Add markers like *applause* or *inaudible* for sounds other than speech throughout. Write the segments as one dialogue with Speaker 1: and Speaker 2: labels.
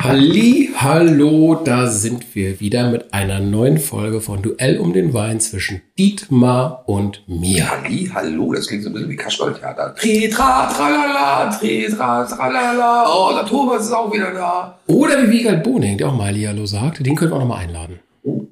Speaker 1: Halli, hallo, da sind wir wieder mit einer neuen Folge von Duell um den Wein zwischen Dietmar und mir.
Speaker 2: Halli, hallo, das klingt so ein bisschen wie Kasperltheater. Tritra, tralala, Tritra, tralala, oh, der Thomas ist auch wieder da.
Speaker 1: Oder wie Wiegald Boning, der auch mal Halli, hallo sagt, den können wir auch nochmal einladen.
Speaker 2: Oh,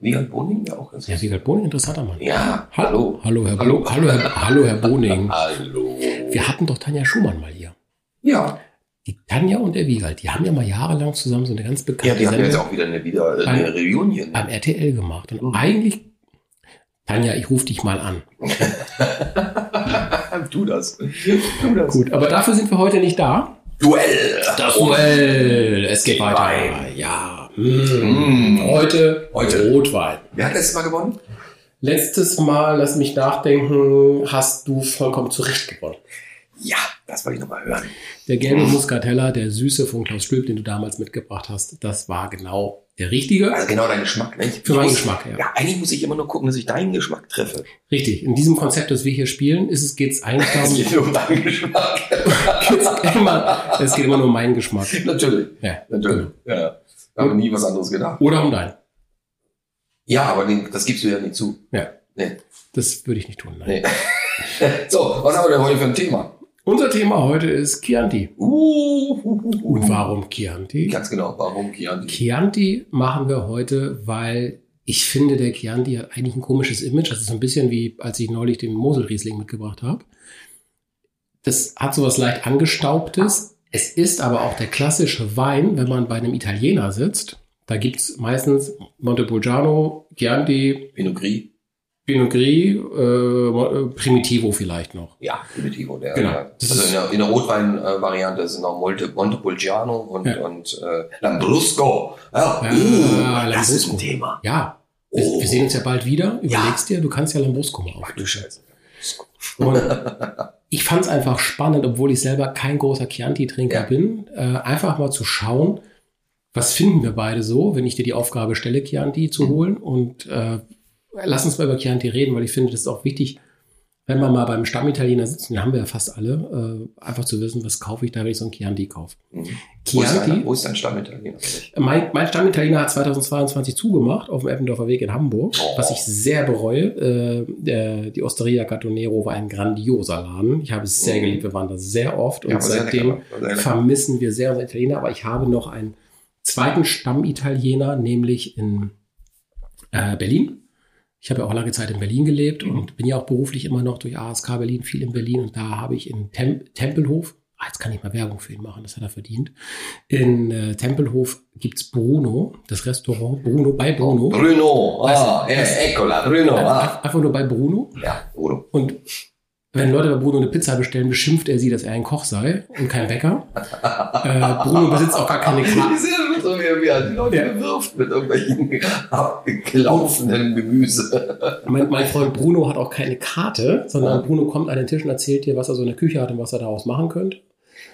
Speaker 2: Wiegald Boning, der auch ganz
Speaker 1: Ja, Wiegald Boning, interessanter Mann.
Speaker 2: Ja, hallo.
Speaker 1: Hallo, Herr,
Speaker 2: Hallo.
Speaker 1: Bo hallo, Herr, hallo, Herr Boning.
Speaker 2: Hallo.
Speaker 1: Wir hatten doch Tanja Schumann mal hier.
Speaker 2: Ja,
Speaker 1: Die Tanja und der Wiegald, die haben ja mal jahrelang zusammen so eine ganz bekannte
Speaker 2: ja die haben
Speaker 1: Sendung
Speaker 2: jetzt auch wieder eine, wieder äh, eine Reunion.
Speaker 1: am RTL gemacht.
Speaker 2: Mhm.
Speaker 1: Und eigentlich, Tanja, ich rufe dich mal an.
Speaker 2: Tu *laughs* das. Tu das.
Speaker 1: Gut, aber dafür sind wir heute nicht da.
Speaker 2: Duell.
Speaker 1: Das Duell. Es geht weiter.
Speaker 2: Wein.
Speaker 1: Ja. hm.
Speaker 2: Mm.
Speaker 1: Heute,
Speaker 2: Heute.
Speaker 1: Rotwein.
Speaker 2: Wer hat letztes Mal gewonnen?
Speaker 1: Letztes Mal, lass mich nachdenken, hast du vollkommen zu Recht gewonnen.
Speaker 2: Ja, das wollte ich nochmal hören.
Speaker 1: Der gelbe Muscatella, der süße von Klaus Stülp, den du damals mitgebracht hast, das war genau der richtige.
Speaker 2: Also genau dein Geschmack, nicht?
Speaker 1: Für meinen
Speaker 2: Ich muss-
Speaker 1: Geschmack, ja.
Speaker 2: Ja, eigentlich muss ich immer nur gucken, dass ich deinen Geschmack treffe.
Speaker 1: Richtig. In diesem Konzept, das wir hier spielen, ist es, geht's eigentlich
Speaker 2: *laughs*
Speaker 1: darum,
Speaker 2: geht nur um deinen Geschmack.
Speaker 1: geht's immer, es geht immer nur um meinen Geschmack.
Speaker 2: *laughs* Natürlich.
Speaker 1: Ja.
Speaker 2: Natürlich. Ja. Da habe ich nie was anderes gedacht.
Speaker 1: Oder um deinen.
Speaker 2: Ja, aber den, das gibst du ja nicht zu.
Speaker 1: Das würde ich nicht tun. Nein.
Speaker 2: Nee. So, was haben wir denn heute für ein Thema?
Speaker 1: Unser Thema heute ist Chianti.
Speaker 2: Uh, uh, uh, uh.
Speaker 1: Und warum Chianti?
Speaker 2: Ganz genau, warum Chianti?
Speaker 1: Chianti machen wir heute, weil ich finde, der Chianti hat eigentlich ein komisches Image. Das ist so ein bisschen wie, als ich neulich den Moselriesling mitgebracht habe. Das hat sowas leicht angestaubtes. Es ist aber auch der klassische Wein, wenn man bei einem Italiener sitzt. Da gibt's meistens Montepulciano, Chianti,
Speaker 2: Pinot Gris?
Speaker 1: Pinot Gris, äh, Mo- äh, Primitivo vielleicht noch.
Speaker 2: Ja, Primitivo. Der,
Speaker 1: Genau.
Speaker 2: der,
Speaker 1: Das
Speaker 2: also
Speaker 1: ist-
Speaker 2: in der, in der Rotwein-Variante sind noch Molte, Montepulciano und,
Speaker 1: Ja.
Speaker 2: und äh, Lambrusco. Ja,
Speaker 1: Ja,
Speaker 2: uh, das ist
Speaker 1: Lambrusco.
Speaker 2: ein Thema.
Speaker 1: Ja, wir,
Speaker 2: Oh.
Speaker 1: wir sehen uns ja bald wieder.
Speaker 2: Ja.
Speaker 1: Überlegst dir, du kannst ja Lambrusco mal
Speaker 2: Ach
Speaker 1: auf.
Speaker 2: du Scheiße.
Speaker 1: Und ich fand es einfach spannend, obwohl ich selber kein großer Chianti-Trinker
Speaker 2: Ja.
Speaker 1: bin, äh, einfach mal zu schauen, was finden wir beide so, wenn ich dir die Aufgabe stelle, Chianti zu
Speaker 2: Mhm.
Speaker 1: holen. Und äh, lass uns mal über Chianti reden, weil ich finde, das ist auch wichtig, wenn man mal beim Stammitaliener sitzt, und den haben wir ja fast alle, äh, einfach zu wissen, was kaufe ich da, wenn ich so ein Chianti kaufe.
Speaker 2: Mhm. Wo, ist dein,
Speaker 1: Chianti,
Speaker 2: wo ist dein Stammitaliener?
Speaker 1: mein, mein Stammitaliener hat 2022 zugemacht auf dem Eppendorfer Weg in Hamburg,
Speaker 2: Oh.
Speaker 1: was ich sehr bereue. Äh, der, die Osteria Gattonero war ein grandioser Laden. Ich habe es sehr
Speaker 2: Mhm.
Speaker 1: geliebt. Wir waren da sehr oft und
Speaker 2: Ja, war sehr
Speaker 1: seitdem
Speaker 2: lecker, war sehr lecker.
Speaker 1: vermissen wir sehr unsere Italiener. Aber ich habe noch einen zweiten Stammitaliener, nämlich in äh, Berlin. Ich habe ja auch lange Zeit in Berlin gelebt
Speaker 2: Mhm.
Speaker 1: und bin ja auch beruflich immer noch durch ASK Berlin viel in Berlin. Und da habe ich in Tem Tempelhof, ah, jetzt kann ich mal Werbung für ihn machen, das hat er verdient. In äh, Tempelhof gibt's Bruno, das Restaurant Bruno bei Bruno.
Speaker 2: Bruno. Ah, er ist Eccola. Bruno. Ah.
Speaker 1: Einfach nur bei Bruno.
Speaker 2: Ja, Bruno.
Speaker 1: Und wenn Leute bei Bruno eine Pizza bestellen, beschimpft er sie, dass er ein Koch sei und kein Bäcker. äh, Bruno besitzt auch gar keine
Speaker 2: Die
Speaker 1: Karte.
Speaker 2: sind ja schon so wie, wie er die Leute
Speaker 1: Ja.
Speaker 2: bewirft mit irgendwelchen *laughs* abgelaufenen Gemüse.
Speaker 1: Mein, mein Freund Bruno hat auch keine Karte, sondern Bruno kommt an den Tisch und erzählt dir, was er so in der Küche hat und was er daraus machen könnte.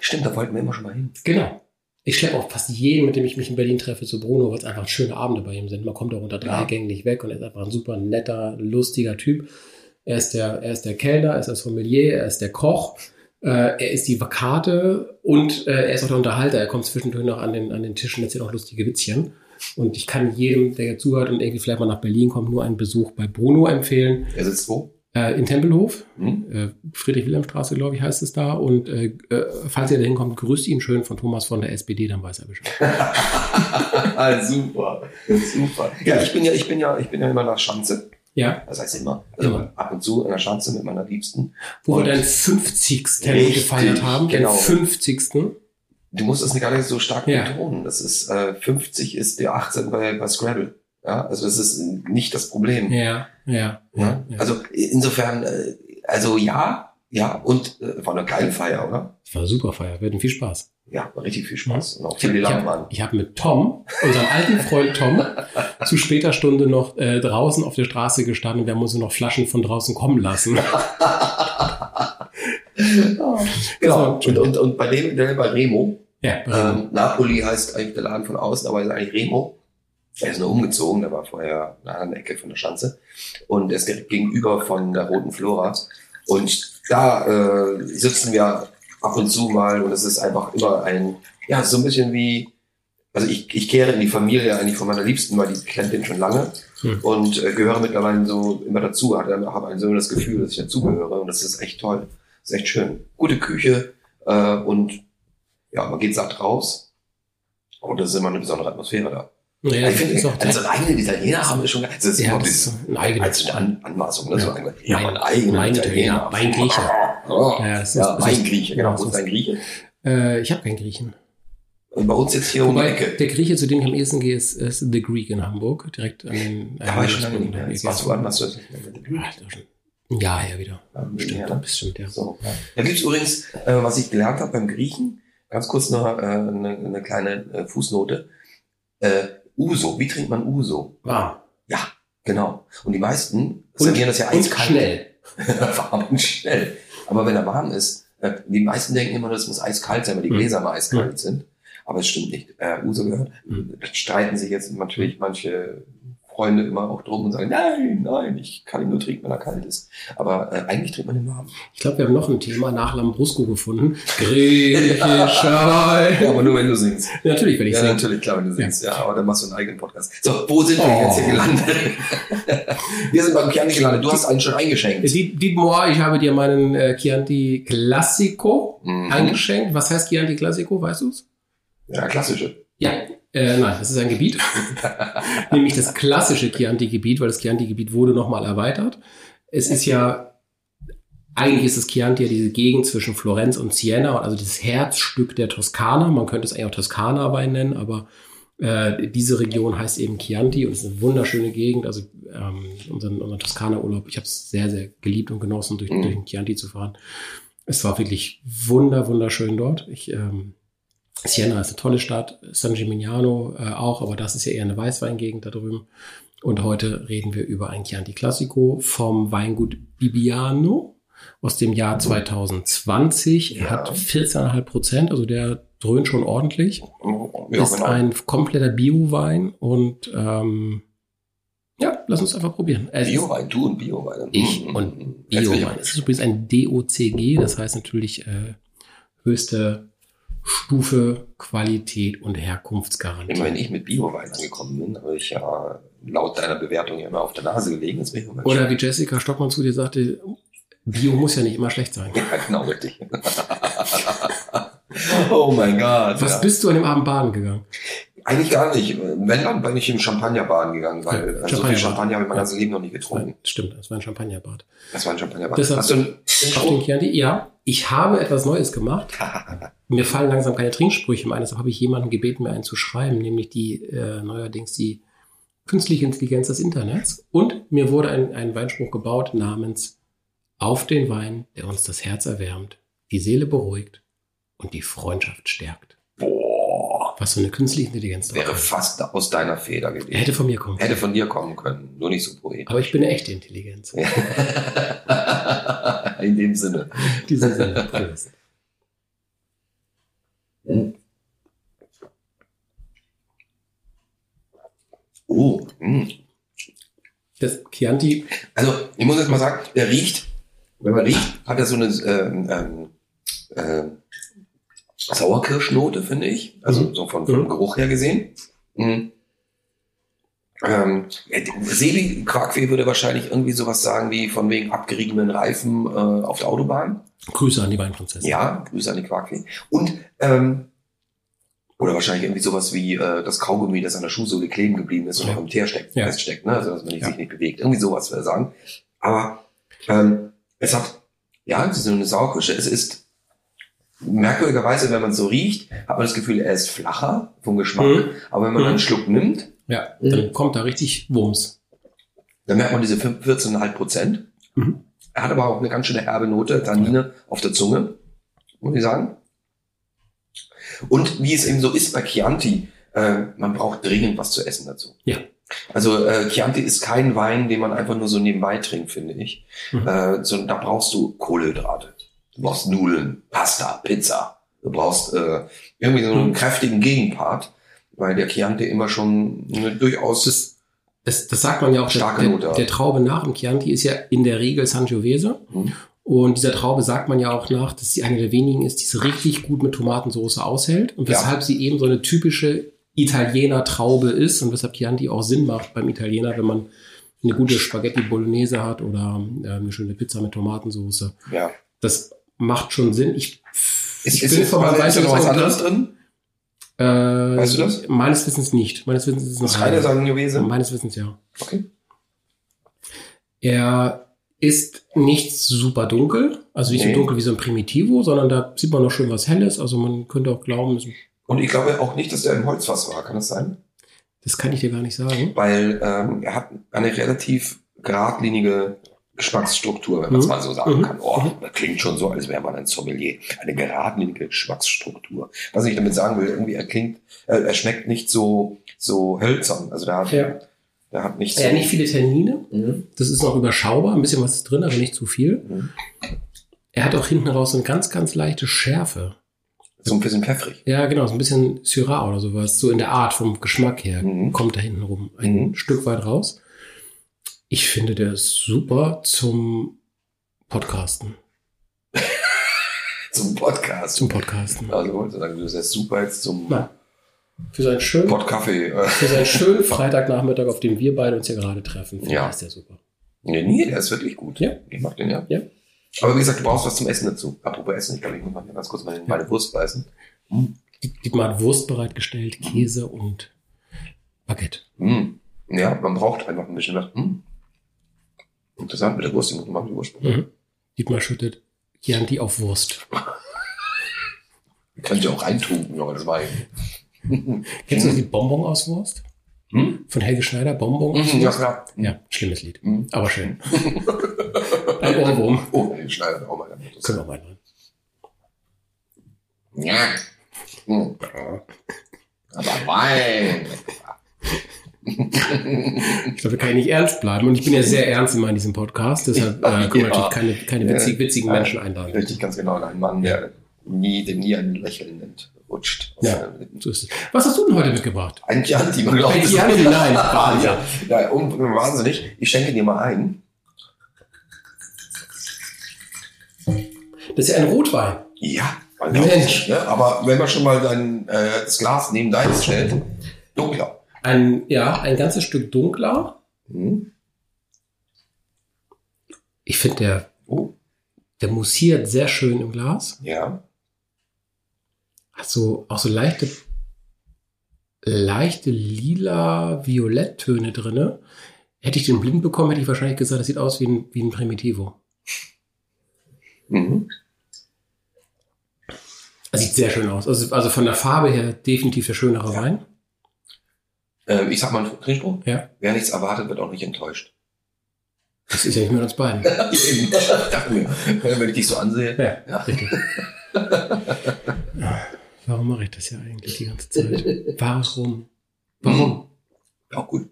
Speaker 2: Stimmt, da wollten wir immer schon mal hin.
Speaker 1: Genau. Ich schleppe auch fast jeden, mit dem ich mich in Berlin treffe, zu Bruno, weil es einfach schöne Abende bei ihm sind. Man kommt auch unter drei
Speaker 2: Ja.
Speaker 1: Gängen nicht weg und er ist einfach ein super netter, lustiger Typ. Er ist der, er ist der Kellner, er ist der Sommelier, er ist der Koch, äh, er ist die Vakate und äh, er ist auch der Unterhalter. Er kommt zwischendurch noch an den, an den Tisch und erzählt auch lustige Witzchen. Und ich kann jedem, der jetzt zuhört und irgendwie vielleicht mal nach Berlin kommt, nur einen Besuch bei Bruno empfehlen.
Speaker 2: Er sitzt wo?
Speaker 1: Äh, in Tempelhof,
Speaker 2: *laughs* Hm?
Speaker 1: äh, Friedrich-Wilhelm-Straße, glaube ich, heißt es da. Und äh, äh, falls ihr da hinkommt, grüßt ihn schön von Thomas von der SPD, dann weiß er Bescheid.
Speaker 2: Ah, super. Super. Ja, ich bin ja, ich bin ja, ich bin ja immer nach Schanze.
Speaker 1: Ja,
Speaker 2: Das heißt immer. Also
Speaker 1: Immer.
Speaker 2: ab und zu in der Schanze mit meiner Liebsten.
Speaker 1: wo wir
Speaker 2: Und-
Speaker 1: deinen 50.
Speaker 2: Richtig,
Speaker 1: gefeiert haben.
Speaker 2: genau.
Speaker 1: Den 50.
Speaker 2: Du musst das gar nicht so stark
Speaker 1: Ja.
Speaker 2: betonen. Das ist, äh, 50 ist der 18 bei, bei Scrabble. Ja, also das ist nicht das Problem.
Speaker 1: Ja, ja.
Speaker 2: Ja?
Speaker 1: Ja.
Speaker 2: Also insofern, äh, also ja, ja, und äh, war eine geile Feier, oder?
Speaker 1: Das war super Feier, wir hatten viel Spaß.
Speaker 2: Ja, war richtig viel Spaß. Und auch
Speaker 1: Ich
Speaker 2: viele
Speaker 1: habe
Speaker 2: Landmann.
Speaker 1: hab mit Tom, unserem alten Freund
Speaker 2: *laughs*
Speaker 1: Tom, zu später Stunde noch äh, draußen auf der Straße gestanden. Wir haben uns nur noch Flaschen von draußen kommen lassen.
Speaker 2: Genau.
Speaker 1: Das war-
Speaker 2: Und, und, und bei dem, der bei Remo,
Speaker 1: Ja,
Speaker 2: ähm, Napoli heißt eigentlich der Laden von außen, aber ist eigentlich Remo. Er ist nur umgezogen, der war vorher in einer anderen Ecke von der Schanze. Und er ist direkt gegenüber von der Roten Flora. Und da äh, sitzen wir ab und zu mal und es ist einfach immer ein, ja, so ein bisschen wie also ich, ich kehre in die Familie eigentlich von meiner Liebsten, weil die kennt den schon lange
Speaker 1: Hm.
Speaker 2: und äh, gehöre mittlerweile so immer dazu. Hat- Habe also das Gefühl, dass ich dazugehöre und das ist echt toll. Das ist echt schön. Gute Küche äh, und ja, man geht satt raus und das ist immer eine besondere Atmosphäre da.
Speaker 1: Naja,
Speaker 2: ich
Speaker 1: ist
Speaker 2: finde,
Speaker 1: auch
Speaker 2: also eigene Italiener haben wir schon, das ist
Speaker 1: ja,
Speaker 2: immer
Speaker 1: das
Speaker 2: dieses,
Speaker 1: ist ein eigenes.
Speaker 2: als eine An Anmaßung, ne?
Speaker 1: Ja.
Speaker 2: so ein, ja,
Speaker 1: Mein-
Speaker 2: ein eigener
Speaker 1: mein Italiener,
Speaker 2: Italiener.
Speaker 1: mein Grieche.
Speaker 2: Oh.
Speaker 1: Ja, das ist,
Speaker 2: Ja,
Speaker 1: das
Speaker 2: mein
Speaker 1: ist,
Speaker 2: Grieche,
Speaker 1: ja,
Speaker 2: genau.
Speaker 1: das
Speaker 2: Und
Speaker 1: ist-
Speaker 2: ein Grieche.
Speaker 1: äh, ich habe keinen Griechen.
Speaker 2: Und bei uns jetzt hier um die
Speaker 1: Wobei,
Speaker 2: Ecke.
Speaker 1: der Grieche, zu dem ich am ehesten gehe, ist, ist The Greek in Hamburg, direkt an den.
Speaker 2: Da war ich schon lange nicht mehr. Jetzt warst du woanders. du hast nicht mehr mit dem Griechen.
Speaker 1: Ah, da schon. Ein Jahr her wieder.
Speaker 2: Ähm,
Speaker 1: Stimmt,
Speaker 2: ja.
Speaker 1: ja. bestimmt, ja.
Speaker 2: So. Da gibt's übrigens, äh, was ich gelernt habe beim Griechen, ganz kurz noch äh, eine, eine kleine äh, Fußnote. Äh, Uso, wie trinkt man Uso?
Speaker 1: Warm.
Speaker 2: Genau. Und die meisten servieren das ja eiskalt.
Speaker 1: schnell.
Speaker 2: *laughs* warm und schnell. Aber wenn er warm ist, äh, die meisten denken immer, das muss eiskalt sein, weil die
Speaker 1: Hm.
Speaker 2: Gläser mal eiskalt sind. Aber es stimmt nicht. Äh, Uso gehört.
Speaker 1: Hm.
Speaker 2: Das streiten sich jetzt natürlich manche Freunde immer auch drum und sagen, nein, nein, ich kann ihn nur trinken, wenn er kalt ist. Aber äh, eigentlich trinkt man ihn warm.
Speaker 1: Ich glaube, wir haben noch ein Thema nach Lambrusco gefunden. Griechischer
Speaker 2: *laughs* Ja,
Speaker 1: Wein.
Speaker 2: aber nur wenn du singst.
Speaker 1: Natürlich werde ich
Speaker 2: ja,
Speaker 1: sagen.
Speaker 2: natürlich, klar, wenn du singst. Ja. aber dann machst du einen eigenen Podcast. So, wo sind wir
Speaker 1: Oh.
Speaker 2: jetzt hier gelandet? wir sind beim Kern gelandet. Du hast einen schon eingeschenkt.
Speaker 1: Äh, Diet- Dietmar, ich habe dir meinen äh, Chianti Classico
Speaker 2: Mhm.
Speaker 1: eingeschenkt. Was heißt Chianti Classico, weißt du's?
Speaker 2: Ja, klassische.
Speaker 1: Ja, äh, nein, das ist ein Gebiet, nämlich das klassische Chianti-Gebiet, weil das Chianti-Gebiet wurde nochmal erweitert. Es ist ja, eigentlich ist das Chianti ja diese Gegend zwischen Florenz und Siena, also dieses Herzstück der Toskana. Man könnte es eigentlich auch Toskana-Wein nennen, aber äh, diese Region heißt eben Chianti und es ist eine wunderschöne Gegend. Also ähm, unseren, unseren Toskana-Urlaub, ich habe es sehr, sehr geliebt und genossen, durch,
Speaker 2: Mhm.
Speaker 1: durch den Chianti zu fahren. Es war wirklich wunder, wunderschön dort. Ich ähm, Siena ist eine tolle Stadt, San Gimignano äh, auch, aber das ist ja eher eine Weißweingegend da drüben. Und heute reden wir über ein Chianti Classico vom Weingut Bibbiano aus dem Jahr 2020. Er
Speaker 2: Ja.
Speaker 1: hat 14,5 Prozent, also der dröhnt schon ordentlich.
Speaker 2: Ja, genau.
Speaker 1: ist ein kompletter Bio-Wein und ähm, ja, lass uns einfach probieren. Es ist-
Speaker 2: Bio-Wein, du und Bio-Wein.
Speaker 1: Ich
Speaker 2: Mhm.
Speaker 1: und
Speaker 2: Jetzt bin ich
Speaker 1: Bio-Wein. Es ist übrigens ein DOCG, das heißt natürlich äh, höchste Stufe, Qualität und
Speaker 2: Immer wenn
Speaker 1: Herkunftsgarantie.
Speaker 2: ich mit Bio-Wein angekommen bin, habe ich ja laut deiner Bewertung ja immer auf der Nase gelegen. Jetzt bin ich immer
Speaker 1: Oder wie Jessica Stockmann zu dir sagte, Bio muss ja nicht immer schlecht sein.
Speaker 2: Ja, genau, richtig. *laughs* oh mein Gott.
Speaker 1: Was
Speaker 2: ja.
Speaker 1: bist du an dem Abend baden gegangen?
Speaker 2: Eigentlich gar nicht. Wenn dann bin ich im Champagnerbaden gegangen, weil
Speaker 1: Ja,
Speaker 2: also so viel
Speaker 1: Champagnerbaden.
Speaker 2: Champagner habe ich mein
Speaker 1: Ja.
Speaker 2: ganzes Leben noch nicht
Speaker 1: Nein,
Speaker 2: getrunken.
Speaker 1: stimmt, das war ein Champagnerbad.
Speaker 2: Das war ein Champagnerbaden.
Speaker 1: Deshalb-
Speaker 2: Hast du einen
Speaker 1: Auf den
Speaker 2: Spruch?
Speaker 1: Chianti? Ja, ich habe etwas Neues
Speaker 2: *laughs*
Speaker 1: gemacht. Mir fallen langsam keine Trinksprüche mehr ein, deshalb habe ich jemanden gebeten, mir einen zu schreiben, nämlich die äh, neuerdings die künstliche Intelligenz des Internets. Und mir wurde ein, ein Weinspruch gebaut namens Auf den Wein, der uns das Herz erwärmt, die Seele beruhigt und die Freundschaft stärkt.
Speaker 2: Boah,
Speaker 1: Was so eine künstliche Intelligenz doch
Speaker 2: wäre
Speaker 1: kann.
Speaker 2: fast aus deiner Feder
Speaker 1: Er
Speaker 2: gewesen.
Speaker 1: hätte von mir kommen.
Speaker 2: Hätte von dir kommen können, nur nicht so poetisch. *laughs*
Speaker 1: Aber ich bin eine echte Intelligenz.
Speaker 2: In dem Sinne.
Speaker 1: *laughs* Diese Sinne. Prost.
Speaker 2: Äh. Oh, mh.
Speaker 1: Das Chianti
Speaker 2: Also, ich muss jetzt mal sagen, der riecht, wenn man riecht, hat er so eine ähm, ähm, ähm, Sauerkirschnote, finde ich. Also
Speaker 1: Mhm.
Speaker 2: so von, vom
Speaker 1: Mhm.
Speaker 2: Geruch her gesehen. Mhm. Ähm, äh, Sebi Quarkwee würde wahrscheinlich irgendwie sowas sagen wie von wegen abgeriebenen Reifen äh, auf der Autobahn.
Speaker 1: Grüße an die Weinprinzessin.
Speaker 2: Ja, Grüße an die Quarkwee. Und ähm, oder wahrscheinlich irgendwie sowas wie äh, das Kaugummi, das an der Schuhsohle kleben geblieben ist und
Speaker 1: Ja.
Speaker 2: noch im Teer steckt,
Speaker 1: Ja.
Speaker 2: feststeckt, ne? also dass man nicht,
Speaker 1: Ja.
Speaker 2: sich nicht bewegt. Irgendwie sowas würde ich sagen. Aber ähm, es hat, ja, es ist so eine Sauerkirsche. Es ist merkwürdigerweise, wenn man es so riecht, hat man das Gefühl, er ist flacher vom Geschmack.
Speaker 1: Mhm.
Speaker 2: Aber wenn man
Speaker 1: Mhm.
Speaker 2: einen Schluck nimmt,
Speaker 1: Ja,
Speaker 2: Mhm.
Speaker 1: dann kommt da richtig Wumms.
Speaker 2: dann merkt man diese 5 14,5 Prozent.
Speaker 1: Mhm.
Speaker 2: Er hat aber auch eine ganz schöne herbe Note, Tannine auf der Zunge, muss ich sagen. Und wie es eben so ist bei Chianti, äh, man braucht dringend was zu essen dazu.
Speaker 1: Ja.
Speaker 2: Also äh, Chianti ist kein Wein, den man einfach nur so nebenbei trinkt, finde ich.
Speaker 1: Mhm.
Speaker 2: Äh, so, da brauchst du Kohlenhydrate. Du brauchst Nudeln, Pasta, Pizza. Du brauchst äh, irgendwie so einen
Speaker 1: Mhm.
Speaker 2: kräftigen Gegenpart, weil der Chianti immer schon eine durchaus
Speaker 1: Das, das, das sagt man ja auch,
Speaker 2: Starke
Speaker 1: der,
Speaker 2: Note,
Speaker 1: der,
Speaker 2: ja.
Speaker 1: der Traube nach im Chianti ist ja in der Regel Sangiovese.
Speaker 2: Mhm.
Speaker 1: Und dieser Traube sagt man ja auch nach, dass sie eine der wenigen ist, die es richtig gut mit Tomatensauce aushält. Und
Speaker 2: Ja.
Speaker 1: weshalb sie eben so eine typische Italiener Traube ist und weshalb Chianti auch Sinn macht beim Italiener, wenn man eine gute Spaghetti Bolognese hat oder äh, eine schöne Pizza mit Tomatensauce.
Speaker 2: Ja.
Speaker 1: Das macht schon Sinn. Ich,
Speaker 2: Ist,
Speaker 1: ich
Speaker 2: ist jetzt quasi ist da noch was anderes drin?
Speaker 1: Äh,
Speaker 2: Weißt du das?
Speaker 1: Meines Wissens nicht. Meines Wissens ist es
Speaker 2: Das
Speaker 1: noch
Speaker 2: ist reine
Speaker 1: reine.
Speaker 2: Sachen gewesen.
Speaker 1: Meines Wissens ja.
Speaker 2: Okay.
Speaker 1: Er ist nicht super dunkel, also nicht
Speaker 2: Nee.
Speaker 1: so dunkel wie so ein Primitivo, sondern da sieht man noch schön was Helles. Also man könnte auch glauben, es-
Speaker 2: Und ich glaube auch nicht, dass der im Holzfass war. Kann das sein?
Speaker 1: das kann ich dir gar nicht sagen.
Speaker 2: Weil ähm, er hat eine relativ geradlinige Geschmacksstruktur, wenn man es
Speaker 1: Mhm.
Speaker 2: mal so sagen
Speaker 1: Mhm.
Speaker 2: kann. Oh, das klingt schon so, als wäre man ein Sommelier. Eine geradlinige Geschmacksstruktur. Was ich damit sagen will, irgendwie er klingt, äh, er schmeckt nicht so so hölzern. Also der hat,
Speaker 1: Ja.
Speaker 2: der hat nicht so.
Speaker 1: Ja, nicht viele Tannine.
Speaker 2: Mhm.
Speaker 1: Das ist noch überschaubar, ein bisschen was ist drin, aber nicht zu viel.
Speaker 2: Mhm.
Speaker 1: Er hat auch hinten raus so eine ganz, ganz leichte Schärfe.
Speaker 2: So ein bisschen pfeffrig.
Speaker 1: Ja, genau, so ein bisschen Syrah oder sowas, so in der Art vom Geschmack her.
Speaker 2: Mhm.
Speaker 1: kommt da hinten rum ein
Speaker 2: Mhm.
Speaker 1: Stück weit raus. Ich finde, der ist super zum Podcasten.
Speaker 2: Zum Podcast.
Speaker 1: Zum Podcasten.
Speaker 2: Also wollte ich sagen, du bist super jetzt zum
Speaker 1: Nein. Für seinen schönen,
Speaker 2: Podkaffee. Äh,
Speaker 1: für seinen schönen Freitagnachmittag, auf dem wir beide uns hier gerade treffen, finde
Speaker 2: Ja.
Speaker 1: ich, ist der super.
Speaker 2: Nee, nee, der ist wirklich gut.
Speaker 1: Ja.
Speaker 2: Ich mag den, ja.
Speaker 1: Ja.
Speaker 2: Aber wie gesagt, du brauchst was zum Essen dazu. Apropos Essen, ich glaube, ich muss mal hier ganz kurz meine, meine Wurst beißen.
Speaker 1: Die- Dietmar hat Wurst bereitgestellt, Käse und Baguette.
Speaker 2: Mm. Ja, man braucht einfach ein bisschen was. Mm. Interessant mit der Wurst, ich muss mal mit der Wurst probieren.
Speaker 1: Mhm. Dietmar schüttet Chianti auf Wurst.
Speaker 2: Könnt ihr auch reintun, Junge, das war ich.
Speaker 1: Kennst du
Speaker 2: Mhm.
Speaker 1: die Bonbon aus Wurst?
Speaker 2: Hm?
Speaker 1: Von Helge Schneider, Bonbon aus
Speaker 2: Mhm, ja,
Speaker 1: Wurst?
Speaker 2: klar.
Speaker 1: Ja, schlimmes Lied,
Speaker 2: Mhm.
Speaker 1: aber
Speaker 2: *laughs*
Speaker 1: schön. Ein Ohrwurm.
Speaker 2: Oh, den Schneider auch mal. damit. Das-
Speaker 1: Können wir auch mal dran.
Speaker 2: Ja. Mm. Aber Wein.
Speaker 1: Ich glaube, da kann ich nicht ernst bleiben. Und ich bin ja sehr ernst immer in diesem Podcast. Deshalb äh, können wir
Speaker 2: Ja.
Speaker 1: natürlich keine, keine
Speaker 2: Ja.
Speaker 1: witzig, witzigen
Speaker 2: Ja.
Speaker 1: Menschen einladen.
Speaker 2: Richtig, ganz genau. Ein Mann, der nie, dem nie ein Lächeln nennt, rutscht. aus
Speaker 1: Ja.
Speaker 2: seinen Lippen.
Speaker 1: So ist es. Was hast du denn heute mitgebracht?
Speaker 2: Ein Chianti, man glaubt
Speaker 1: Ein
Speaker 2: es
Speaker 1: Chianti,
Speaker 2: nicht. *laughs*
Speaker 1: nein. Wahnsinn.
Speaker 2: ja, ja um, wahnsinnig. Ich schenke dir mal ein.
Speaker 1: Das ist ja ein Rotwein.
Speaker 2: Ja, man
Speaker 1: Mensch.
Speaker 2: glaubt es nicht, Ne? Aber wenn man schon mal dein, äh, das Glas neben deins stellt, dunkler.
Speaker 1: Ein, ja, ein ganzes Stück dunkler. Mhm.
Speaker 2: Hm?
Speaker 1: Ich finde, der,
Speaker 2: Oh,
Speaker 1: der mussiert sehr schön im Glas.
Speaker 2: ja.
Speaker 1: Hat so, auch so leichte, leichte lila Violetttöne drinne. Hätte ich den blind bekommen, hätte ich wahrscheinlich gesagt, das sieht aus wie ein, wie ein Primitivo.
Speaker 2: Mhm.
Speaker 1: Das sieht sehr schön aus. Also, also von der Farbe her definitiv der schönere
Speaker 2: Ja.
Speaker 1: Wein.
Speaker 2: Ähm, ich sag mal einen Trinkspruch.
Speaker 1: Ja.
Speaker 2: Wer nichts erwartet, wird auch nicht enttäuscht.
Speaker 1: Das ist ja nicht mit uns
Speaker 2: *laughs*
Speaker 1: beiden.
Speaker 2: Eben. Dachte mir, wenn ich dich so ansehe.
Speaker 1: Ja,
Speaker 2: Ja. *laughs*
Speaker 1: richtig. Warum mache ich das ja eigentlich die ganze Zeit? Warum? Warum?
Speaker 2: Mhm. Auch gut.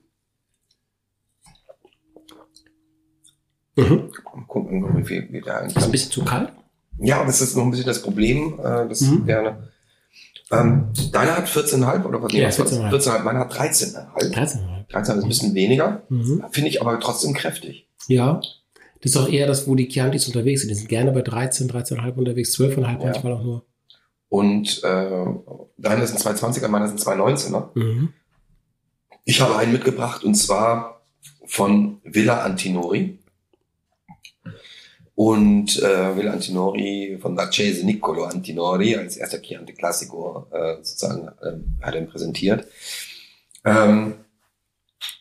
Speaker 1: Mhm.
Speaker 2: Mal Gucken, wie viel wir da eigentlich
Speaker 1: Ist ein bisschen zu kalt.
Speaker 2: Ja, das ist noch ein bisschen das Problem, äh, das
Speaker 1: Mhm.
Speaker 2: gerne. Ähm, deiner hat 14,5 oder was?
Speaker 1: Ja,
Speaker 2: was war's?
Speaker 1: 14,5.
Speaker 2: 14,5. Meiner hat 13,5.
Speaker 1: 13,5.
Speaker 2: 13 ist ein bisschen weniger,
Speaker 1: Mhm.
Speaker 2: finde ich aber trotzdem kräftig.
Speaker 1: Ja. Das ist auch eher das, wo die Chiantis unterwegs sind. Die sind gerne bei 13, 13,5 unterwegs, 12,5
Speaker 2: Ja.
Speaker 1: manchmal auch nur.
Speaker 2: Und äh, deiner sind 2,20er, meiner sind 2,19er.
Speaker 1: Mhm.
Speaker 2: Ich habe einen mitgebracht und zwar von Villa Antinori. Und äh, Villa Antinori von Marchese Niccolo Antinori als erster Chianti Classico äh, sozusagen ähm, hat er ihn präsentiert. Ähm,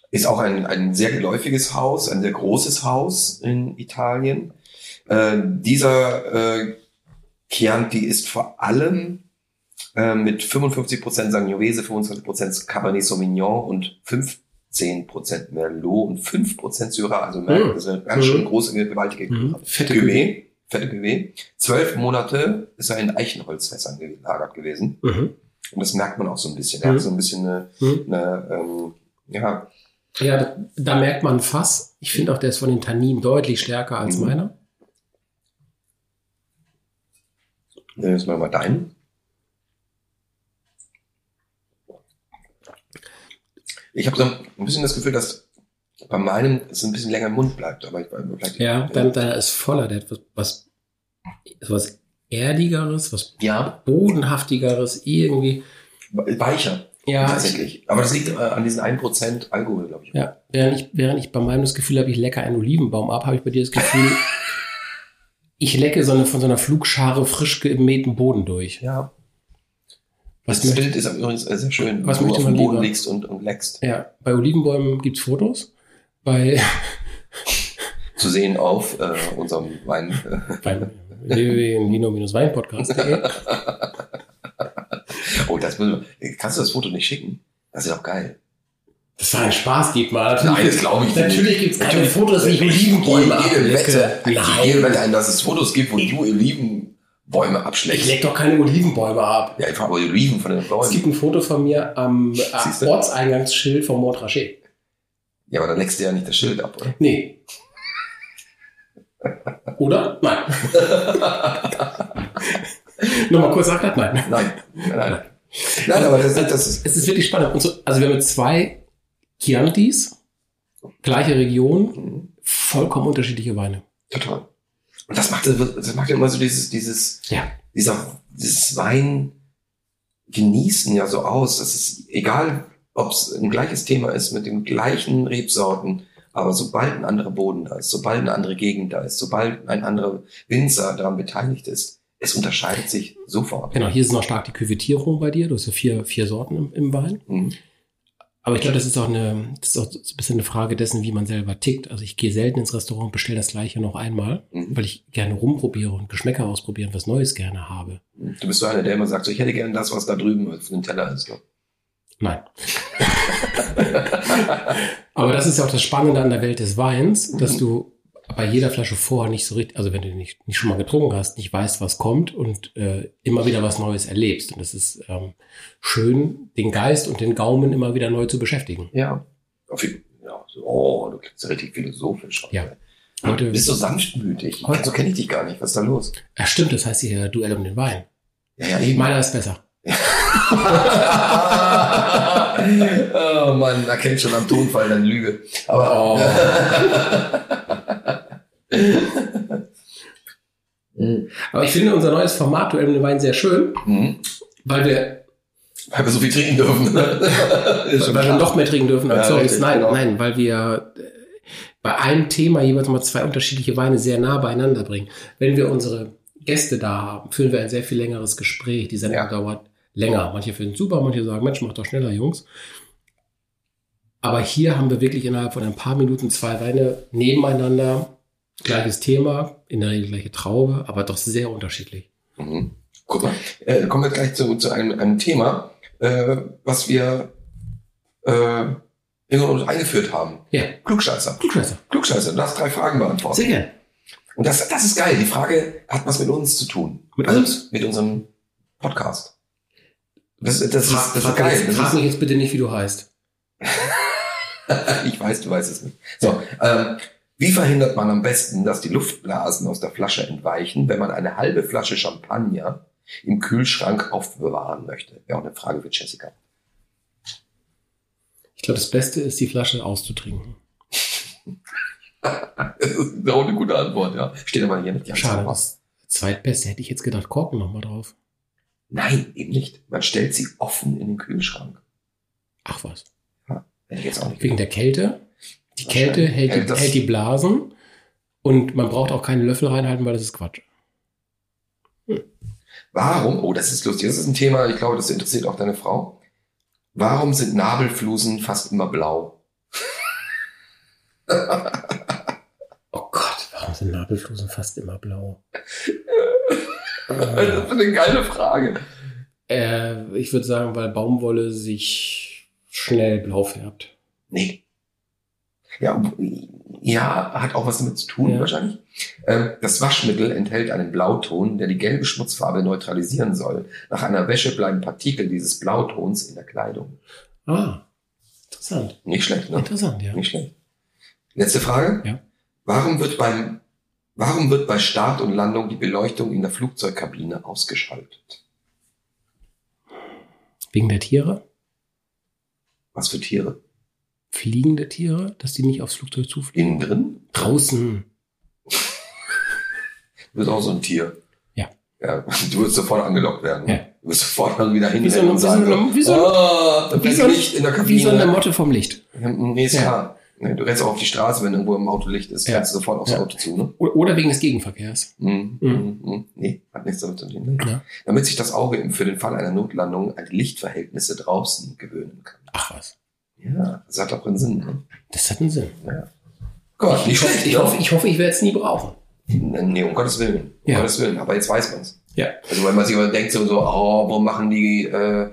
Speaker 2: ist auch ein, ein sehr geläufiges Haus, ein sehr großes Haus in Italien. Äh, dieser äh, Chianti ist vor allem äh, mit 55% Sangiovese, 25% Cabernet Sauvignon und 15% Merlot und 5% Syrah. Also Merlot
Speaker 1: Mhm.
Speaker 2: ist eine ganz schön große, gewaltige
Speaker 1: Mhm. Fette Cuvée.
Speaker 2: Cuvée, fette Cuvée. Zwölf Monate ist er in Eichenholzfässern gelagert gewesen.
Speaker 1: Mhm.
Speaker 2: Und das merkt man auch so ein bisschen. Er
Speaker 1: Mhm.
Speaker 2: hat so ein bisschen eine,
Speaker 1: Mhm.
Speaker 2: eine ähm, ja,
Speaker 1: Ja, da, da merkt man Fass. Ich finde auch, der ist von den Tanninen deutlich stärker als
Speaker 2: Mhm.
Speaker 1: meiner.
Speaker 2: nimm jetzt mal mal deinen. Ich habe so ein bisschen das Gefühl, dass bei meinem es ein bisschen länger im Mund bleibt. Aber ich, äh, vielleicht,
Speaker 1: Ja, dann, deiner ist voller. Der hat was, was, was Erdigeres, was
Speaker 2: ja,
Speaker 1: Bodenhaftigeres, irgendwie.
Speaker 2: weicher.
Speaker 1: Ja, ich,
Speaker 2: tatsächlich. Aber das liegt äh, an diesen 1% Alkohol, glaube ich.
Speaker 1: ja während, ich, während ich bei meinem das Gefühl habe, ich lecke einen Olivenbaum ab, habe ich bei dir das
Speaker 2: *laughs*
Speaker 1: Gefühl, ich lecke so eine, von so einer Flugschare frisch gemähten Boden durch.
Speaker 2: Ja.
Speaker 1: Was
Speaker 2: das
Speaker 1: möcht-
Speaker 2: Bild ist übrigens äh, sehr schön,
Speaker 1: Was
Speaker 2: wenn du
Speaker 1: möchte
Speaker 2: auf
Speaker 1: man
Speaker 2: dem Boden
Speaker 1: lieber?
Speaker 2: liegst und, und leckst.
Speaker 1: Ja, bei Olivenbäumen gibt's Fotos. Bei, *laughs*
Speaker 2: Zu sehen auf äh, unserem Wein. Äh,
Speaker 1: beim www.vino-weinpodcast.de
Speaker 2: oh, das müssen wir. Kannst du das Foto nicht schicken? Das ist doch geil.
Speaker 1: Das war ein Spaß, geht mal.
Speaker 2: Nein, das glaube Also ich
Speaker 1: Natürlich
Speaker 2: nicht.
Speaker 1: gibt's keine Fotos, wie ich Olivenbäume
Speaker 2: jede Wette,
Speaker 1: ablecke.
Speaker 2: ich
Speaker 1: Nein.
Speaker 2: gehe Wette ein, dass es Fotos gibt, wo du Olivenbäume
Speaker 1: Ich
Speaker 2: abschlägst.
Speaker 1: leck doch keine Olivenbäume ab.
Speaker 2: ja, einfach Oliven von den
Speaker 1: Es gibt
Speaker 2: Bäumen.
Speaker 1: ein Foto von mir am
Speaker 2: Siehst
Speaker 1: äh,
Speaker 2: du?
Speaker 1: Ortseingangsschild vom Mont Rachet.
Speaker 2: Ja, aber dann leckst du ja nicht das Schild ab, oder?
Speaker 1: Nee. Oder? *laughs* Nein. Nochmal kurz nachgedacht, nein.
Speaker 2: Nein, nein, nein. Nein, aber das, das ist.
Speaker 1: Es ist wirklich spannend. Und so, also wir haben jetzt zwei Chiantis, gleiche Region,
Speaker 2: Mhm,
Speaker 1: vollkommen unterschiedliche Weine.
Speaker 2: Total. Und das macht, das macht ja immer so dieses, dieses,
Speaker 1: Ja.
Speaker 2: dieser, dieses Wein genießen ja so aus. Das ist egal, ob es ein gleiches Thema ist mit den gleichen Rebsorten, aber sobald ein anderer Boden da ist, sobald eine andere Gegend da ist, sobald ein anderer Winzer daran beteiligt ist, es unterscheidet sich sofort.
Speaker 1: Genau, hier ist noch stark die Küvetierung bei dir. Du hast ja vier, vier Sorten im, im Wein.
Speaker 2: Mhm.
Speaker 1: Aber ich glaube, das ist auch eine, das ist auch so ein bisschen eine Frage dessen, wie man selber tickt. Also ich gehe selten ins Restaurant und bestelle das gleiche noch einmal,
Speaker 2: Mhm.
Speaker 1: weil ich gerne rumprobiere und Geschmäcker ausprobieren, was Neues gerne habe.
Speaker 2: Du bist so einer, der immer sagt, so, ich hätte gerne das, was da drüben auf dem Teller ist. ne? So.
Speaker 1: Nein. Aber das ist ja auch das Spannende an der Welt des Weins, dass
Speaker 2: Mhm.
Speaker 1: du bei jeder Flasche vorher nicht so richtig, also wenn du nicht, nicht schon mal getrunken hast, nicht weißt, was kommt und äh, immer wieder was Neues erlebst. Und das ist ähm, schön, den Geist und den Gaumen immer wieder neu zu beschäftigen.
Speaker 2: Ja. Auf jeden- ja so, oh, du klingst ja richtig philosophisch.
Speaker 1: Ja.
Speaker 2: Du
Speaker 1: Heute,
Speaker 2: bist so sanftmütig.
Speaker 1: Heute-
Speaker 2: So kenne ich dich gar nicht. Was ist da los?
Speaker 1: ja, stimmt, das heißt hier Duell um den Wein.
Speaker 2: Ja, ja, eben.
Speaker 1: Meiner ist besser.
Speaker 2: *laughs* oh Mann, erkennt schon am Tonfall dann Lüge.
Speaker 1: Oh.
Speaker 2: Aber Mhm.
Speaker 1: Aber ich finde unser neues Format Duell um den Wein sehr schön,
Speaker 2: *laughs* Mhm.
Speaker 1: weil wir,
Speaker 2: weil wir so viel
Speaker 1: *laughs*
Speaker 2: trinken dürfen. Ist schon
Speaker 1: weil wir
Speaker 2: klar.
Speaker 1: noch mehr trinken dürfen als
Speaker 2: Ja,
Speaker 1: sonst.
Speaker 2: richtig,
Speaker 1: Nein,
Speaker 2: genau.
Speaker 1: nein, weil wir äh, bei einem Thema jeweils mal zwei unterschiedliche Weine sehr nah beieinander bringen. Wenn wir unsere Gäste da haben, führen wir ein sehr viel längeres Gespräch. Die Sendung
Speaker 2: Ja.
Speaker 1: dauert länger. Manche finden es super, manche sagen, Mensch, macht doch schneller, Jungs. Aber hier haben wir wirklich innerhalb von ein paar Minuten zwei Weine nebeneinander. Gleiches Thema, in der Regel gleiche Traube, aber doch sehr unterschiedlich.
Speaker 2: Mhm. Guck mal, äh, kommen wir gleich zu, zu einem, einem Thema, äh, was wir äh, in uns eingeführt haben.
Speaker 1: Ja,
Speaker 2: Klugscheißer.
Speaker 1: gut, Schwester.
Speaker 2: Klugscheißer, du darfst drei Fragen beantworten.
Speaker 1: Sehr gerne.
Speaker 2: Und das, das ist geil. Die Frage hat was mit uns zu tun. Also
Speaker 1: Mit uns?
Speaker 2: Mit unserem Podcast. Das, das, das, ist, das ist
Speaker 1: frag,
Speaker 2: geil.
Speaker 1: Mich,
Speaker 2: Das
Speaker 1: jetzt- frag
Speaker 2: ist,
Speaker 1: mich jetzt bitte nicht, wie du heißt.
Speaker 2: ich weiß, du weißt es nicht. So, ähm, wie verhindert man am besten, dass die Luftblasen aus der Flasche entweichen, wenn man eine halbe Flasche Champagner im Kühlschrank aufbewahren möchte? Wäre auch eine Frage für Jessica. *laughs*
Speaker 1: Ich glaube, das Beste ist, die Flasche auszutrinken.
Speaker 2: Das ist auch eine gute Antwort, ja. Steht aber hier nicht die Antwort.
Speaker 1: Schade. Das Zweitbeste hätte ich jetzt gedacht, Korken nochmal drauf.
Speaker 2: Nein, eben nicht. Man stellt sie offen in den Kühlschrank.
Speaker 1: Ach was.
Speaker 2: Hätte ich jetzt auch nicht
Speaker 1: Wegen der Kälte. Die
Speaker 2: Wahrscheinlich
Speaker 1: Kälte hält,
Speaker 2: hält
Speaker 1: die,
Speaker 2: das-
Speaker 1: hält die Blasen. Und man braucht auch keinen Löffel reinhalten, weil das ist Quatsch.
Speaker 2: Warum, oh, das ist lustig, das ist ein Thema, ich glaube, das interessiert auch deine Frau. Warum sind Nabelflusen fast immer blau?
Speaker 1: Oh Gott, warum sind Nabelflusen fast immer *laughs* blau? Also
Speaker 2: Das ist eine geile Frage.
Speaker 1: äh, ich würde sagen, weil Baumwolle sich schnell blau färbt.
Speaker 2: Nee. Ja, ja, hat auch was damit zu tun,
Speaker 1: Ja.
Speaker 2: wahrscheinlich. Ähm, das Waschmittel enthält einen Blauton, der die gelbe Schmutzfarbe neutralisieren soll. Nach einer Wäsche bleiben Partikel dieses Blautons in der Kleidung.
Speaker 1: Ah, interessant.
Speaker 2: Nicht schlecht, ne?
Speaker 1: Interessant, ja.
Speaker 2: Nicht schlecht. Letzte Frage.
Speaker 1: Ja.
Speaker 2: Warum wird beim, warum wird bei Start und Landung die Beleuchtung in der Flugzeugkabine ausgeschaltet?
Speaker 1: Wegen der Tiere?
Speaker 2: Was für Tiere?
Speaker 1: fliegende Tiere, dass die nicht aufs Flugzeug zufliegen.
Speaker 2: Innen drin?
Speaker 1: Draußen.
Speaker 2: Du bist auch so ein Tier.
Speaker 1: Ja.
Speaker 2: *laughs* ja du wirst sofort angelockt werden.
Speaker 1: Ja.
Speaker 2: Du wirst sofort dann wieder
Speaker 1: Wie so
Speaker 2: hinrennen
Speaker 1: eine,
Speaker 2: und
Speaker 1: wie so eine,
Speaker 2: sagen,
Speaker 1: wie so eine,
Speaker 2: oh, da
Speaker 1: wie
Speaker 2: bleibt
Speaker 1: so
Speaker 2: Licht in der
Speaker 1: eine,
Speaker 2: Kabine.
Speaker 1: wie so eine Motte vom Licht.
Speaker 2: nee, ist
Speaker 1: Ja.
Speaker 2: klar. Nee, Du rennst auch auf die Straße, wenn irgendwo im Auto Licht ist,
Speaker 1: Ja.
Speaker 2: rennst du sofort aufs
Speaker 1: Ja.
Speaker 2: Auto zu, ne?
Speaker 1: O- Oder wegen des Gegenverkehrs.
Speaker 2: Mhm. Mhm. Mhm. Nee, hat nichts damit zu tun.
Speaker 1: Ja.
Speaker 2: Damit sich das Auge eben für den Fall einer Notlandung an die Lichtverhältnisse draußen gewöhnen kann.
Speaker 1: Ach was,
Speaker 2: Ja, das hat doch einen Sinn. Ne?
Speaker 1: das hat einen Sinn.
Speaker 2: Gott,
Speaker 1: Ich hoffe, ich,
Speaker 2: ne?
Speaker 1: hoffe, ich, hoffe, ich werde es nie brauchen.
Speaker 2: Nee, um Gottes Willen. Um
Speaker 1: Ja.
Speaker 2: Gottes Willen. Aber jetzt weiß man's.
Speaker 1: Ja.
Speaker 2: Also wenn man sich immer denkt, so, so oh, warum machen die äh,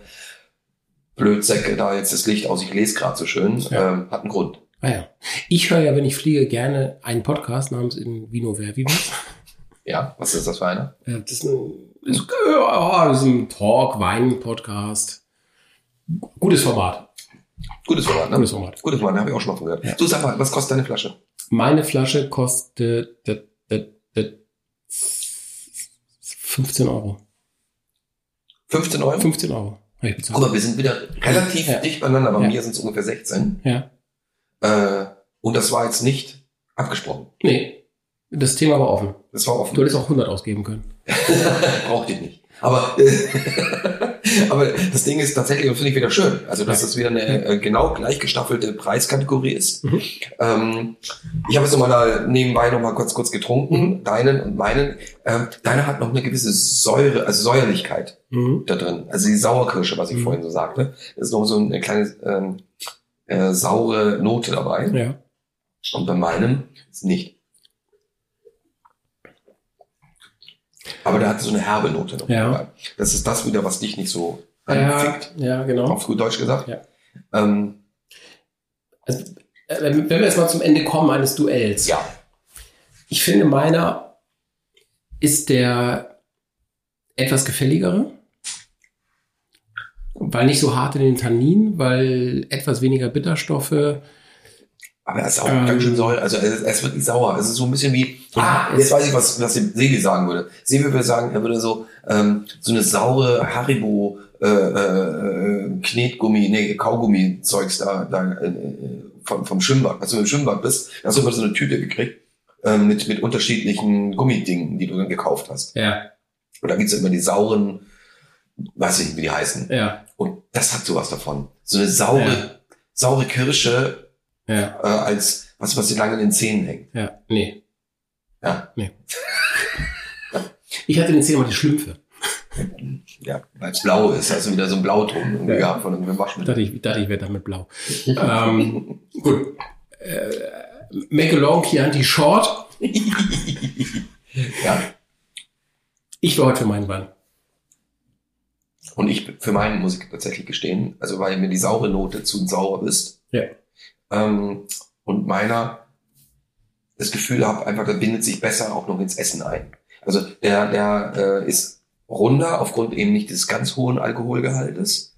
Speaker 2: Blödsäcke da jetzt das Licht aus? Ich lese gerade so schön.
Speaker 1: Ja.
Speaker 2: Ähm, hat einen Grund.
Speaker 1: Ah ja. Ich höre ja, wenn ich fliege, gerne einen Podcast namens In Vino Vervivus.
Speaker 2: Ja, was ist das für einer?
Speaker 1: Äh, Das ist ein, ist, ja, das ist ein Talk, Wein-Podcast. Gutes Format.
Speaker 2: Gutes Format, ne?
Speaker 1: Gutes Format.
Speaker 2: Gutes Format, habe ich auch schon mal von gehört.
Speaker 1: Ja.
Speaker 2: Du sag mal, was kostet deine Flasche?
Speaker 1: Meine Flasche kostet d- d- d- 15 Euro.
Speaker 2: 15 Euro?
Speaker 1: 15 Euro. Hab ich bezahlt.
Speaker 2: Guck mal, wir sind wieder relativ
Speaker 1: Ja.
Speaker 2: dicht beieinander. Bei
Speaker 1: Ja.
Speaker 2: mir sind es ungefähr 16.
Speaker 1: Ja.
Speaker 2: Äh, und das war jetzt nicht abgesprochen.
Speaker 1: Nee, das Thema war offen.
Speaker 2: Das war offen.
Speaker 1: Du hättest auch 100 ausgeben können.
Speaker 2: *laughs* Braucht ihr nicht. Aber, äh, *laughs* aber das Ding ist tatsächlich, und das finde ich wieder schön, also dass
Speaker 1: Ja.
Speaker 2: das wieder eine äh, genau gleich gestaffelte Preiskategorie ist.
Speaker 1: Mhm.
Speaker 2: Ähm, ich habe jetzt nochmal da nebenbei nochmal kurz kurz getrunken,
Speaker 1: Mhm.
Speaker 2: deinen und meinen. Ähm, deiner hat noch eine gewisse Säure, also Säuerlichkeit
Speaker 1: Mhm.
Speaker 2: da drin. Also die Sauerkirsche, was ich
Speaker 1: Mhm.
Speaker 2: vorhin so sagte. Da ist noch so eine kleine ähm, äh, saure Note dabei.
Speaker 1: Ja.
Speaker 2: Und bei meinem ist nicht. Aber der hat so eine herbe Note noch
Speaker 1: Ja.
Speaker 2: dabei. Das ist das wieder, was dich nicht so
Speaker 1: Ja,
Speaker 2: anfickt,
Speaker 1: ja, genau.
Speaker 2: auf gut Deutsch gesagt.
Speaker 1: Ja.
Speaker 2: Ähm,
Speaker 1: Also, äh, wenn wenn wir jetzt mal zum Ende kommen eines Duells.
Speaker 2: ja.
Speaker 1: Ich finde, meiner ist der etwas gefälligere, weil nicht so hart in den Tannin, weil etwas weniger Bitterstoffe.
Speaker 2: Aber er ist auch
Speaker 1: Ähm.
Speaker 2: ganz schön säuer. Also er ist, er ist wirklich sauer. Es ist so ein bisschen wie,
Speaker 1: Ja,
Speaker 2: ah, jetzt
Speaker 1: es-
Speaker 2: weiß ich, was, was dem Sebi sagen würde. Sebi würde sagen, er würde so, ähm, so eine saure Haribo, äh, äh, äh, Knetgummi, nee, Kaugummi-Zeugs da, da äh, äh, vom, vom Schwimmbad. Als du im Schwimmbad bist, hast du immer so eine Tüte gekriegt ähm, mit, mit unterschiedlichen Gummidingen, die du dann gekauft hast.
Speaker 1: Ja,
Speaker 2: Und da gibt's ja immer die sauren, weiß ich nicht, wie die heißen.
Speaker 1: ja,
Speaker 2: Und das hat sowas davon. So eine saure,
Speaker 1: Ja.
Speaker 2: saure Kirsche
Speaker 1: ja,
Speaker 2: äh, als was, was dir lange in den Zähnen hängt.
Speaker 1: ja. Nee.
Speaker 2: Ja.
Speaker 1: Nee. *laughs* Ich hatte den Zähnen mal die Schlümpfe.
Speaker 2: Ja, weil es blau ist, also wieder so ein Blauton irgendwie
Speaker 1: Ja.
Speaker 2: gehabt von irgendeinem
Speaker 1: Ich
Speaker 2: Waschmittel.
Speaker 1: dachte, ich, ich dachte, ich werde damit blau. ähm, gut. Äh, Make a long Chianti short.
Speaker 2: Ja.
Speaker 1: Ich war heute für meinen Wein.
Speaker 2: Und ich für meinen muss ich tatsächlich gestehen, also weil mir die saure Note zu sauer ist.
Speaker 1: Ja.
Speaker 2: Ähm, und meiner das Gefühl habe, einfach, der bindet sich besser auch noch ins Essen ein. Also der, der äh, ist runder aufgrund eben nicht des ganz hohen Alkoholgehaltes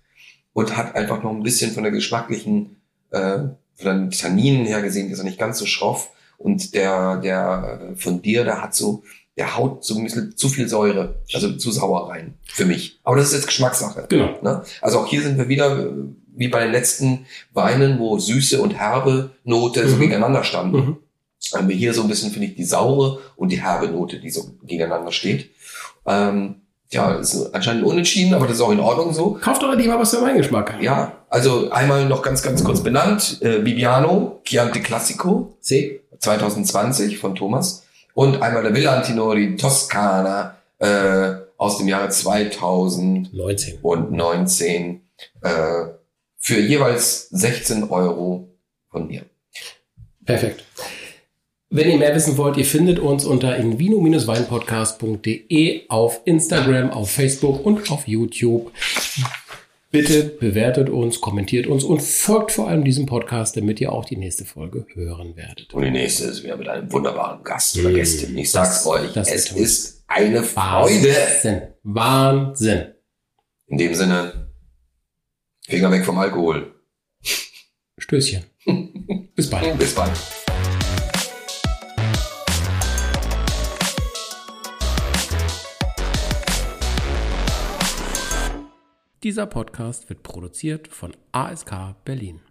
Speaker 2: und hat einfach noch ein bisschen von der geschmacklichen, äh, von den Tanninen her gesehen, ist er nicht ganz so schroff. Und der, der äh, von dir, der hat so, der haut so ein bisschen zu viel Säure, also zu sauer rein, für mich. Aber das ist jetzt Geschmackssache.
Speaker 1: Genau.
Speaker 2: Ne? Also auch hier sind wir wieder äh, wie bei den letzten Weinen, wo süße und herbe Note so
Speaker 1: Mhm.
Speaker 2: gegeneinander standen.
Speaker 1: Mhm.
Speaker 2: Haben wir hier so ein bisschen, finde ich, die saure und die herbe Note, die so gegeneinander steht. Ähm, ja, ist anscheinend unentschieden, aber das ist auch in Ordnung so.
Speaker 1: Kauft doch endlich mal was für meinen Geschmack.
Speaker 2: Ja, also einmal noch ganz, ganz kurz benannt. Äh, Viviano, Chianti Classico,
Speaker 1: C.
Speaker 2: 2020 von Thomas und einmal der Villantinori Toscana äh, aus dem Jahre 2019
Speaker 1: 19.
Speaker 2: äh, für jeweils 16 Euro von mir.
Speaker 1: Perfekt. Wenn ihr mehr wissen wollt, ihr findet uns unter invino-weinpodcast.de auf Instagram, auf Facebook und auf YouTube. Bitte bewertet uns, kommentiert uns und folgt vor allem diesem Podcast, damit ihr auch die nächste Folge hören werdet.
Speaker 2: Und die nächste ist wieder mit einem wunderbaren Gast
Speaker 1: Mm,
Speaker 2: oder Gästin. Ich sag's
Speaker 1: das-
Speaker 2: euch,
Speaker 1: das
Speaker 2: es
Speaker 1: wird toll.
Speaker 2: ist eine Freude.
Speaker 1: Wahnsinn. Wahnsinn.
Speaker 2: In dem Sinne, Finger weg vom Alkohol. *laughs*
Speaker 1: Stößchen. Bis bald.
Speaker 2: Bis bald.
Speaker 1: Dieser Podcast wird produziert von ASK Berlin.